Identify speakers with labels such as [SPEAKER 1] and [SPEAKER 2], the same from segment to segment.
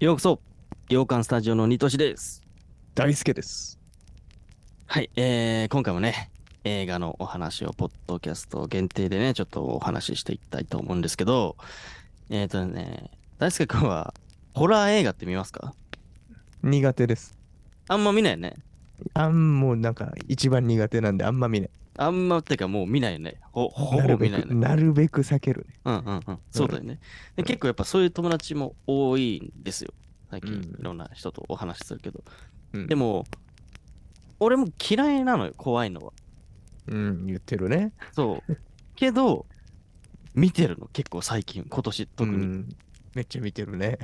[SPEAKER 1] ようこそ洋館スタジオのニトシです。
[SPEAKER 2] 大輔です。
[SPEAKER 1] はい、えー、今回もね、映画のお話を、ポッドキャスト限定でね、ちょっとお話ししていきたいと思うんですけど、えっ、ー、とね、大輔君は、ホラー映画って見ますか
[SPEAKER 2] 苦手です。
[SPEAKER 1] あんま見ないよね。
[SPEAKER 2] あんもうなんか一番苦手なんであんま見ない。
[SPEAKER 1] あんまってかもう見ないよね。ほほ
[SPEAKER 2] な
[SPEAKER 1] ぼ
[SPEAKER 2] る
[SPEAKER 1] 見
[SPEAKER 2] べ
[SPEAKER 1] ないよ
[SPEAKER 2] く、
[SPEAKER 1] ね。
[SPEAKER 2] なるべく避けるね。
[SPEAKER 1] うんうんうん。そうだよね。で
[SPEAKER 2] うん
[SPEAKER 1] 結構やっぱそういう友達も多いんですよ。最近
[SPEAKER 2] うん
[SPEAKER 1] いろんな人とお話しするけど。
[SPEAKER 2] うん
[SPEAKER 1] でも、俺も嫌いなのよ、怖いのは。
[SPEAKER 2] うん、言ってるね。
[SPEAKER 1] そう。けど、見てるの結構最近、今年特に。
[SPEAKER 2] うんめっちゃ見てるね。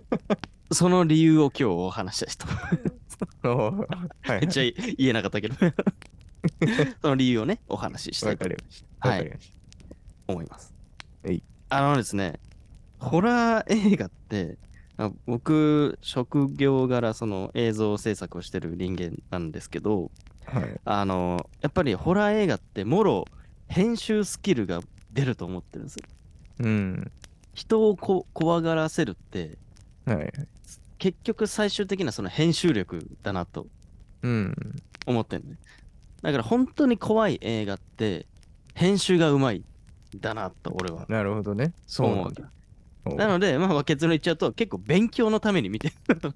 [SPEAKER 1] その理由を今日お話ししたいと思う。
[SPEAKER 2] おーはい、
[SPEAKER 1] めっちゃ言えなか ったけど。その理由をね、お話しした
[SPEAKER 2] わ
[SPEAKER 1] い
[SPEAKER 2] か
[SPEAKER 1] と
[SPEAKER 2] りました。
[SPEAKER 1] は
[SPEAKER 2] わ
[SPEAKER 1] い
[SPEAKER 2] かりまし
[SPEAKER 1] 思います。
[SPEAKER 2] はい
[SPEAKER 1] あのですね、ホラー映画って、あ僕、職業柄、その映像制作をしてる人間なんですけど、
[SPEAKER 2] た。はい。
[SPEAKER 1] あの、やっぱりホラー映画って、もろ編集スキルが出ると思ってるんですよ。
[SPEAKER 2] うん。
[SPEAKER 1] 人をこ怖がらせるって、
[SPEAKER 2] はい。
[SPEAKER 1] 結局最終的なその編集力だなと
[SPEAKER 2] うん。
[SPEAKER 1] 思ってんね。だから本当に怖い映画って、編集がうまいんだなと俺は
[SPEAKER 2] なるほどね。そう
[SPEAKER 1] 思う
[SPEAKER 2] な
[SPEAKER 1] わ
[SPEAKER 2] ん
[SPEAKER 1] け
[SPEAKER 2] だ。。おう
[SPEAKER 1] なので、まあ、結論言っちゃうと、結構勉強のために見て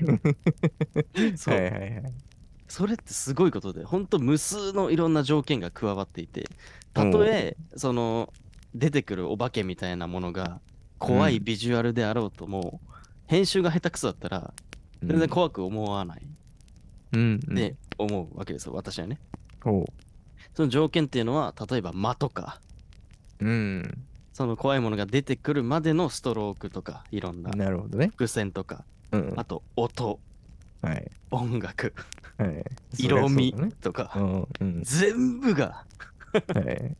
[SPEAKER 1] る。そう、
[SPEAKER 2] はいはいはい。
[SPEAKER 1] それってすごいことで、本当無数のいろんな条件が加わっていて、たとえ、その、出てくるお化けみたいなものが、怖いビジュアルであろうとも、編集が下手くそだったら、全然怖く思わない
[SPEAKER 2] うん。うん
[SPEAKER 1] って思うわけですよ、私はね。
[SPEAKER 2] おう
[SPEAKER 1] その条件っていうのは、例えば間とか、
[SPEAKER 2] うん。
[SPEAKER 1] その怖いものが出てくるまでのストロークとか、いろんな
[SPEAKER 2] なるほどね。
[SPEAKER 1] 伏線とか、
[SPEAKER 2] うん。
[SPEAKER 1] あと音、
[SPEAKER 2] はい。
[SPEAKER 1] 音楽、
[SPEAKER 2] はい。
[SPEAKER 1] 色味
[SPEAKER 2] そりゃ
[SPEAKER 1] とか、
[SPEAKER 2] そうだねうん。うん。
[SPEAKER 1] 全部が
[SPEAKER 2] はい。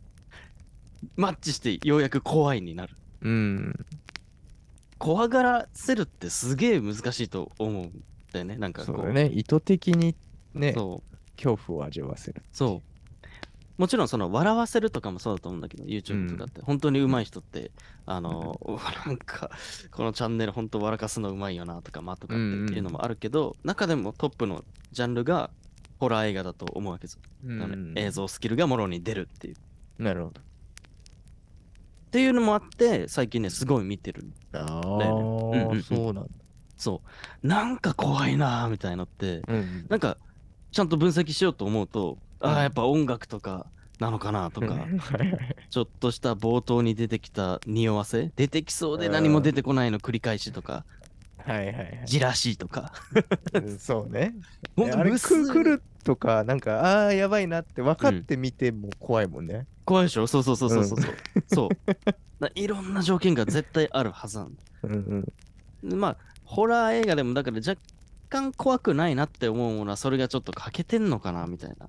[SPEAKER 1] マッチしてようやく怖いになる
[SPEAKER 2] うん。
[SPEAKER 1] 怖がらせるってすげえ難しいと思うんだよねなんかこ
[SPEAKER 2] そううだね。意図的にね、
[SPEAKER 1] そう
[SPEAKER 2] 恐怖を味わせる。
[SPEAKER 1] そうもちろんその笑わせるとかもそうだと思うんだけど YouTube とかって本当に上手い人って、あの うわなんかこのチャンネル本当笑かすの上手いよなとかまあとかって
[SPEAKER 2] うんうん
[SPEAKER 1] いうのもあるけど、中でもトップのジャンルがホラー映画だと思うわけですよ、なので映像スキルがもろに出るっていう
[SPEAKER 2] なるほど。
[SPEAKER 1] っていうのもあって最近ねすごい見てる
[SPEAKER 2] あ
[SPEAKER 1] だよねうんうんうん
[SPEAKER 2] あ、そうなんだ。
[SPEAKER 1] そうなんか怖いなーみたいなって
[SPEAKER 2] うん
[SPEAKER 1] なんかちゃんと分析しようと思うと、あ
[SPEAKER 2] う
[SPEAKER 1] あ
[SPEAKER 2] ん
[SPEAKER 1] やっぱ音楽とかなのかなと
[SPEAKER 2] うん
[SPEAKER 1] か
[SPEAKER 2] はいはい
[SPEAKER 1] ちょっとした冒頭に出てきた匂わせ出てきそうで何も出てこないの繰り返しとか
[SPEAKER 2] はいはい
[SPEAKER 1] じらしいとか
[SPEAKER 2] うんそうね。
[SPEAKER 1] ほん
[SPEAKER 2] え
[SPEAKER 1] と
[SPEAKER 2] あれ
[SPEAKER 1] 無数
[SPEAKER 2] くくるとか、なんか、ああー、やばいなって分かってみても怖いもんね。
[SPEAKER 1] 怖いでしょそうそうそうそうそうそう、そうないろんな条件が絶対あるはずなんだ
[SPEAKER 2] うんうん
[SPEAKER 1] でまあホラー映画でもだから若干怖くないなって思うものはそれがちょっと欠けてんのかなみたいな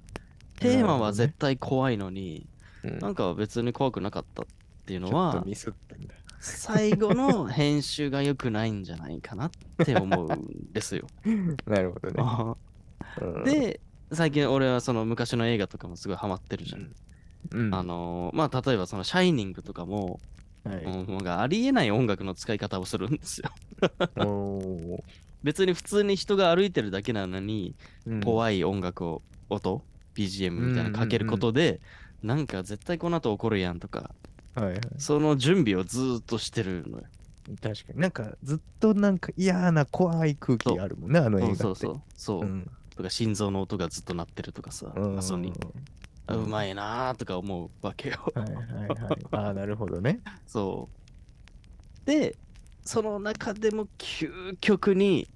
[SPEAKER 1] テーマは絶対怖いのに、
[SPEAKER 2] うん。
[SPEAKER 1] なんか別に怖くなかったっていうの
[SPEAKER 2] ちょっと
[SPEAKER 1] は
[SPEAKER 2] ミスったんだ。
[SPEAKER 1] 最後の編集が良くないんじゃないかなって思うんです よ。
[SPEAKER 2] なるほどね。うん、
[SPEAKER 1] で最近俺はその昔の映画とかもすごいハマってるじゃん。
[SPEAKER 2] うん、
[SPEAKER 1] あのーまあ例えばその「シャイニング」とかも、
[SPEAKER 2] はい、
[SPEAKER 1] もうなんかありえない音楽の使い方をするんですよ。
[SPEAKER 2] おー
[SPEAKER 1] 別に普通に人が歩いてるだけなのに
[SPEAKER 2] うん
[SPEAKER 1] 怖い音楽を音 BGM みたいなのかけることで、なんか絶対この後怒るやんとか
[SPEAKER 2] はいはい。
[SPEAKER 1] その準備をずーっとしてるのよ。
[SPEAKER 2] 確かになんかずっとなんか嫌な怖い空気あるもんね、あの映画って。
[SPEAKER 1] そうそうそうそう、
[SPEAKER 2] ん
[SPEAKER 1] とか心臓の音がずっと鳴ってるとかさ、
[SPEAKER 2] うん
[SPEAKER 1] まあそうにあ
[SPEAKER 2] うん
[SPEAKER 1] うまいなーとか思うわけ よ。
[SPEAKER 2] はいはいはい。ああ、なるほどね。
[SPEAKER 1] そう。で、その中でも究極に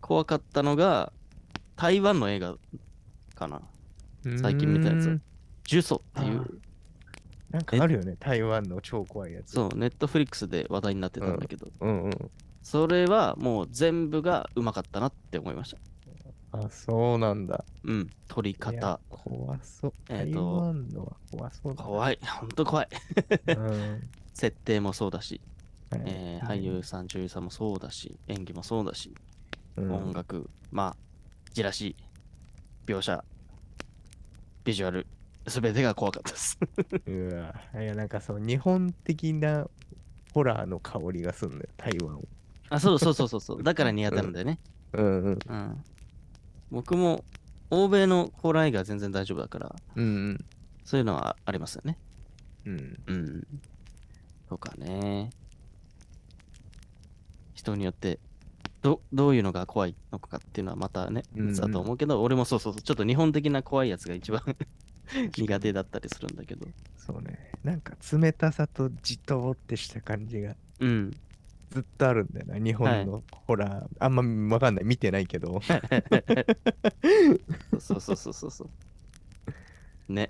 [SPEAKER 1] 怖かったのが、台湾の映画かな。最近見たやつ
[SPEAKER 2] うーん。
[SPEAKER 1] ジュソってい
[SPEAKER 2] あ
[SPEAKER 1] う、
[SPEAKER 2] なんかあるよね、台湾の超怖いやつ。
[SPEAKER 1] そう、ネットフリックスで話題になってたんだけど、
[SPEAKER 2] うんうん。
[SPEAKER 1] それはもう全部がうまかったなって思いました。
[SPEAKER 2] あ、そうなんだ。
[SPEAKER 1] うん、撮り
[SPEAKER 2] い
[SPEAKER 1] 方
[SPEAKER 2] や。怖そう。
[SPEAKER 1] えー
[SPEAKER 2] 台
[SPEAKER 1] と
[SPEAKER 2] 湾のは怖そうだな。
[SPEAKER 1] 怖い、ほんと怖い。
[SPEAKER 2] うん
[SPEAKER 1] 設定もそうだし、
[SPEAKER 2] はい
[SPEAKER 1] えー俳優さん、女優さんもそうだし、演技もそうだし、
[SPEAKER 2] うん
[SPEAKER 1] 音楽、まあ、じらし、描写、ビジュアル、すべてが怖かったです。
[SPEAKER 2] うわいやなんかその日本的なホラーの香りがすんのよ、台湾を。
[SPEAKER 1] あ、そうそうそうそうそう。だから苦手なんだよね。
[SPEAKER 2] うんうん。
[SPEAKER 1] うん。僕も、欧米のホラー映画は全然大丈夫だから、
[SPEAKER 2] うん
[SPEAKER 1] そういうのはありますよね。
[SPEAKER 2] うん。うん。
[SPEAKER 1] うん。そうかね。人によって、ど、どういうのが怖いのかっていうのはまたね、
[SPEAKER 2] うんうん
[SPEAKER 1] 別だと思うけど、俺もそうそうそう、ちょっと日本的な怖いやつが一番 苦手だったりするんだけど。
[SPEAKER 2] そうね。なんか冷たさとじとーってした感じが
[SPEAKER 1] うん。
[SPEAKER 2] ずっとあるんだよな、日本のホラー。あんまわかんない、見てないけど。
[SPEAKER 1] そうそうそうそうそう。ね、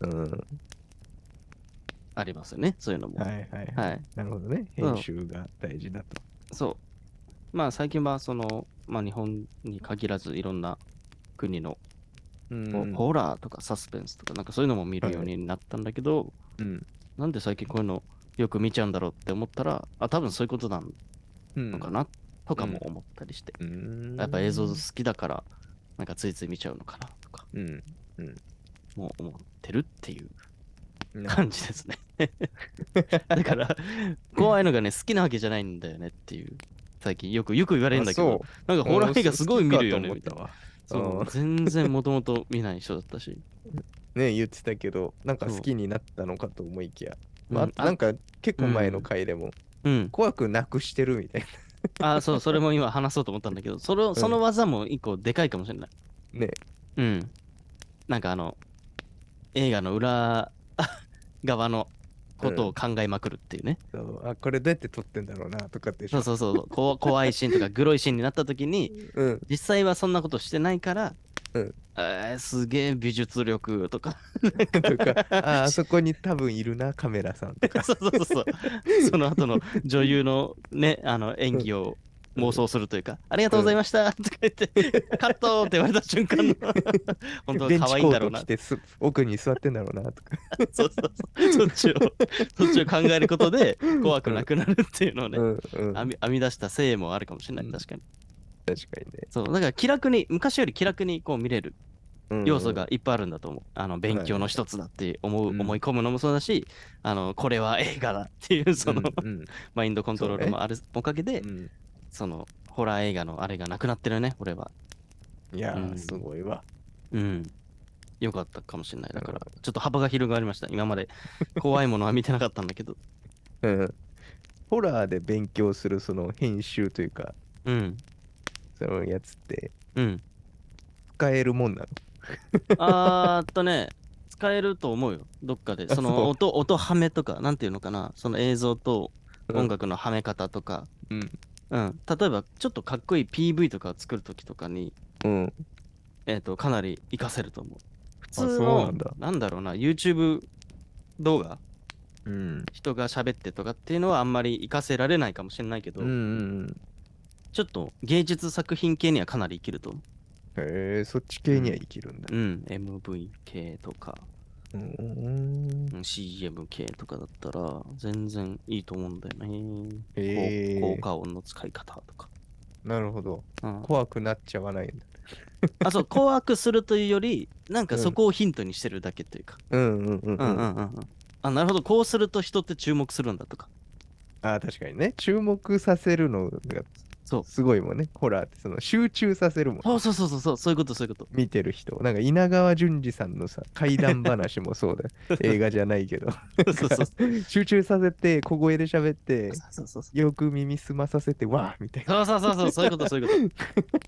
[SPEAKER 2] うん。は
[SPEAKER 1] ありますよね、そういうのも。
[SPEAKER 2] いはいはい。
[SPEAKER 1] はい
[SPEAKER 2] なるほどね。
[SPEAKER 1] そう
[SPEAKER 2] 編集が大事だと。
[SPEAKER 1] そう。まあ最近はその、まあ日本に限らずいろんな国の
[SPEAKER 2] う
[SPEAKER 1] ホ,、
[SPEAKER 2] ん
[SPEAKER 1] ホラーとかサスペンスとかなんかそういうのも見るようになったんだけど、
[SPEAKER 2] うん。
[SPEAKER 1] なんで最近こういうのよく見ちゃうんだろうって思ったら、あ、多分そういうことな
[SPEAKER 2] うん
[SPEAKER 1] のかな、とかも思ったりして。
[SPEAKER 2] うん
[SPEAKER 1] やっぱ映像好きだから、なんかついつい見ちゃうのかなとか、
[SPEAKER 2] うん。
[SPEAKER 1] もう思ってるっていう
[SPEAKER 2] な
[SPEAKER 1] 感じですね。だから、怖いのがね、好きなわけじゃないんだよねっていう。最近よくよく言われるんだけ
[SPEAKER 2] あ
[SPEAKER 1] ど
[SPEAKER 2] そ、
[SPEAKER 1] なんかホラー映画すごい見るよね
[SPEAKER 2] うん
[SPEAKER 1] みたいな。
[SPEAKER 2] 好きかと
[SPEAKER 1] そ
[SPEAKER 2] 思ったわ
[SPEAKER 1] う全然もともと見ない人だったし。
[SPEAKER 2] うんね言ってたけどなんか
[SPEAKER 1] そう
[SPEAKER 2] 好きになったのかと思いきや、
[SPEAKER 1] うん
[SPEAKER 2] まあ、あとなん
[SPEAKER 1] あ
[SPEAKER 2] か結構前の回でも
[SPEAKER 1] うん、
[SPEAKER 2] 怖くなくしてるみたい
[SPEAKER 1] あ、そう、それも今話そうと思ったんだけど、それをその技も一個でかいかもしれない。
[SPEAKER 2] なね
[SPEAKER 1] うん。なんかあの、映画の裏 側のことを考えまくるっていうね。
[SPEAKER 2] そうあこれどうやって撮ってんだろうなとかって
[SPEAKER 1] そうそうそうこ。怖いシーンとかグロいシーンになった時に、
[SPEAKER 2] う、うん、
[SPEAKER 1] 実際はそんなことしてないから、
[SPEAKER 2] うん
[SPEAKER 1] えーすげえ美術力とか、
[SPEAKER 2] とかああそこに多分いるなカメラさんとか
[SPEAKER 1] そうそうそう そう。その後の女優のね、あの演技を妄想するというか、ありがとうございましたとか言って、カットって言われた瞬間 の、本当
[SPEAKER 2] ベンチ
[SPEAKER 1] 可愛い
[SPEAKER 2] コ
[SPEAKER 1] んだろ
[SPEAKER 2] ー
[SPEAKER 1] う
[SPEAKER 2] ト
[SPEAKER 1] な
[SPEAKER 2] 着。てす奥に座ってんだろうなとか、
[SPEAKER 1] そうそうそう。そっちを、そっちを考えることで怖くなくなるっていうのをね
[SPEAKER 2] う、んう
[SPEAKER 1] 編
[SPEAKER 2] ん、確か
[SPEAKER 1] み編み出したせいもあるかもしれない、
[SPEAKER 2] うん
[SPEAKER 1] 確かに。
[SPEAKER 2] にね、
[SPEAKER 1] そう、だから気楽に、昔より気楽にこう見れる
[SPEAKER 2] うんうん
[SPEAKER 1] 要素がいっぱいあるんだと思う。あの、勉強の一つだって思う、
[SPEAKER 2] うん
[SPEAKER 1] 思い込むのもそうだし、あの、これは映画だっていう、 その、
[SPEAKER 2] うん
[SPEAKER 1] マインドコントロールもあるおかげで
[SPEAKER 2] う、ん
[SPEAKER 1] その、ホラー映画のあれがなくなってるね、俺は。
[SPEAKER 2] うん、いやー、
[SPEAKER 1] うん
[SPEAKER 2] すごいわ
[SPEAKER 1] うん。よかったかもしれない。だから
[SPEAKER 2] なる、
[SPEAKER 1] ちょっと幅が広がりました。今まで怖いものは見てなかったんだけど。
[SPEAKER 2] うんホラーで勉強するその編集というか
[SPEAKER 1] うん。
[SPEAKER 2] そのやつって
[SPEAKER 1] うん。
[SPEAKER 2] 使えるもんなの
[SPEAKER 1] あーっとね、使えると思うよ。どっかで。
[SPEAKER 2] あ
[SPEAKER 1] そ
[SPEAKER 2] そう
[SPEAKER 1] の音、音はめとか、なんていうのかな。その映像と音楽のはめ方とか。
[SPEAKER 2] うん
[SPEAKER 1] うん。例えば、ちょっとかっこいい PV とかを作るときとかに、
[SPEAKER 2] うん
[SPEAKER 1] えっ、と、かなり活かせると思う。普通
[SPEAKER 2] そう
[SPEAKER 1] の、
[SPEAKER 2] なんだ
[SPEAKER 1] なんだろうな、YouTube 動画
[SPEAKER 2] うん
[SPEAKER 1] 人が喋ってとかっていうのはあんまり活かせられないかもしれないけど、
[SPEAKER 2] うんうんうん
[SPEAKER 1] ちょっと芸術作品系にはかなり生きると思
[SPEAKER 2] へえそっち系には生きるんだ
[SPEAKER 1] う。うん、MV 系とか、
[SPEAKER 2] うんうん
[SPEAKER 1] うん CM 系とかだったら全然いいと思うんだよね。
[SPEAKER 2] へえ
[SPEAKER 1] こう効果音の使い方とか。
[SPEAKER 2] なるほど
[SPEAKER 1] うん、
[SPEAKER 2] 怖くなっちゃわないんだ
[SPEAKER 1] あ、そう、 怖くするというより、なんか
[SPEAKER 2] うん
[SPEAKER 1] そこをヒントにしてるだけというか。
[SPEAKER 2] うんうんうん
[SPEAKER 1] うんうんうんうん。あ、なるほど、こうすると人って注目するんだとか。
[SPEAKER 2] あー確かにね注目させるのが
[SPEAKER 1] そう。
[SPEAKER 2] すごいもんねホラーってその集中させるもん
[SPEAKER 1] そうそうそうそうそう、そういうこと、そういうこと。
[SPEAKER 2] 見てる人なんか稲川淳二さんのさ怪談話もそう だよ映画じゃないけど
[SPEAKER 1] そうそうそう。
[SPEAKER 2] 集中させて小声で喋って
[SPEAKER 1] そうそうそう。
[SPEAKER 2] よく耳澄まさせてわーみたい
[SPEAKER 1] そうそうそうそう、そういうこと、そういうこ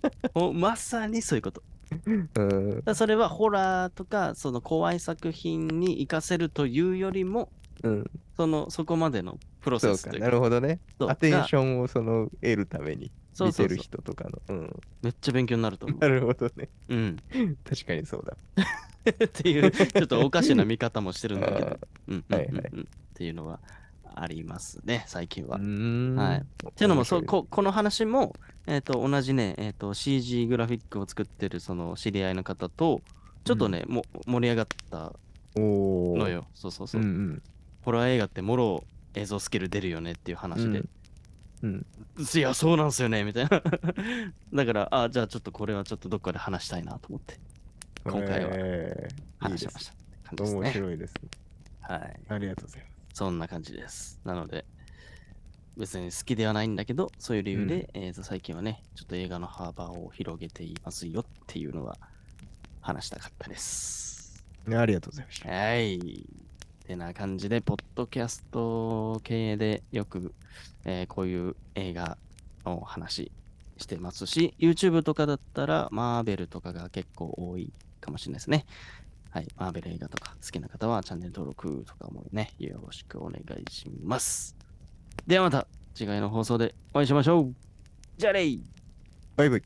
[SPEAKER 1] と。 ほまさにそういうこと。だか
[SPEAKER 2] なうん
[SPEAKER 1] らそれはホラーとか、その怖い作品に活かせるというよりも、
[SPEAKER 2] うん
[SPEAKER 1] そのそこまでのプロ
[SPEAKER 2] そ
[SPEAKER 1] セ
[SPEAKER 2] う
[SPEAKER 1] ス
[SPEAKER 2] か
[SPEAKER 1] という
[SPEAKER 2] な
[SPEAKER 1] か、
[SPEAKER 2] るほどね
[SPEAKER 1] そう
[SPEAKER 2] アテン
[SPEAKER 1] が
[SPEAKER 2] ションをその得るために
[SPEAKER 1] そう
[SPEAKER 2] 見
[SPEAKER 1] そう
[SPEAKER 2] て
[SPEAKER 1] そ
[SPEAKER 2] る
[SPEAKER 1] う
[SPEAKER 2] 人とかのうん
[SPEAKER 1] めっちゃ勉強になると思う
[SPEAKER 2] な。るほどね
[SPEAKER 1] うん、
[SPEAKER 2] 確かにそうだ
[SPEAKER 1] っていう、ちょっとおかしな見方もしてるんだ けど、うんうんうんうん
[SPEAKER 2] はいはい
[SPEAKER 1] っていうのはありますね、最近は。
[SPEAKER 2] う
[SPEAKER 1] っ
[SPEAKER 2] ーん
[SPEAKER 1] はいていうのもそう
[SPEAKER 2] 面白い
[SPEAKER 1] こ、この話も、えー、と同じね、えーと、CG グラフィックを作ってるその知り合いの方と、ちょっとね、も盛り上がった
[SPEAKER 2] おー
[SPEAKER 1] のよ。そうそうそうう。
[SPEAKER 2] んうん
[SPEAKER 1] ホラー映画ってもろ映像スキル出るよねっていう話で、
[SPEAKER 2] うん
[SPEAKER 1] いやそうなんすよねみたいなだからあじゃあちょっとこれはちょっとどっかで話したいなと思って今回は
[SPEAKER 2] えーいい
[SPEAKER 1] 話し
[SPEAKER 2] で
[SPEAKER 1] てますしたって感じです
[SPEAKER 2] 面
[SPEAKER 1] ね
[SPEAKER 2] 白いです
[SPEAKER 1] はい
[SPEAKER 2] ありがとうございます
[SPEAKER 1] そんな感じですなので別に好きではないんだけど、そういう理由で、えーと最近はね、ちょっと映画の幅を広げていますよっていうのは話したかったです。
[SPEAKER 2] ありがとうございました。
[SPEAKER 1] はい。てな感じで、ポッドキャスト系でよく、えーこういう映画の話してますし、YouTube とかだったら、マーベルとかが結構多いかもしれないですね。はい。マーベル映画とか好きな方はチャンネル登録とかもね、よろしくお願いします。ではまた次回の放送でお会いしましょう。じゃあねー
[SPEAKER 2] バイバイ。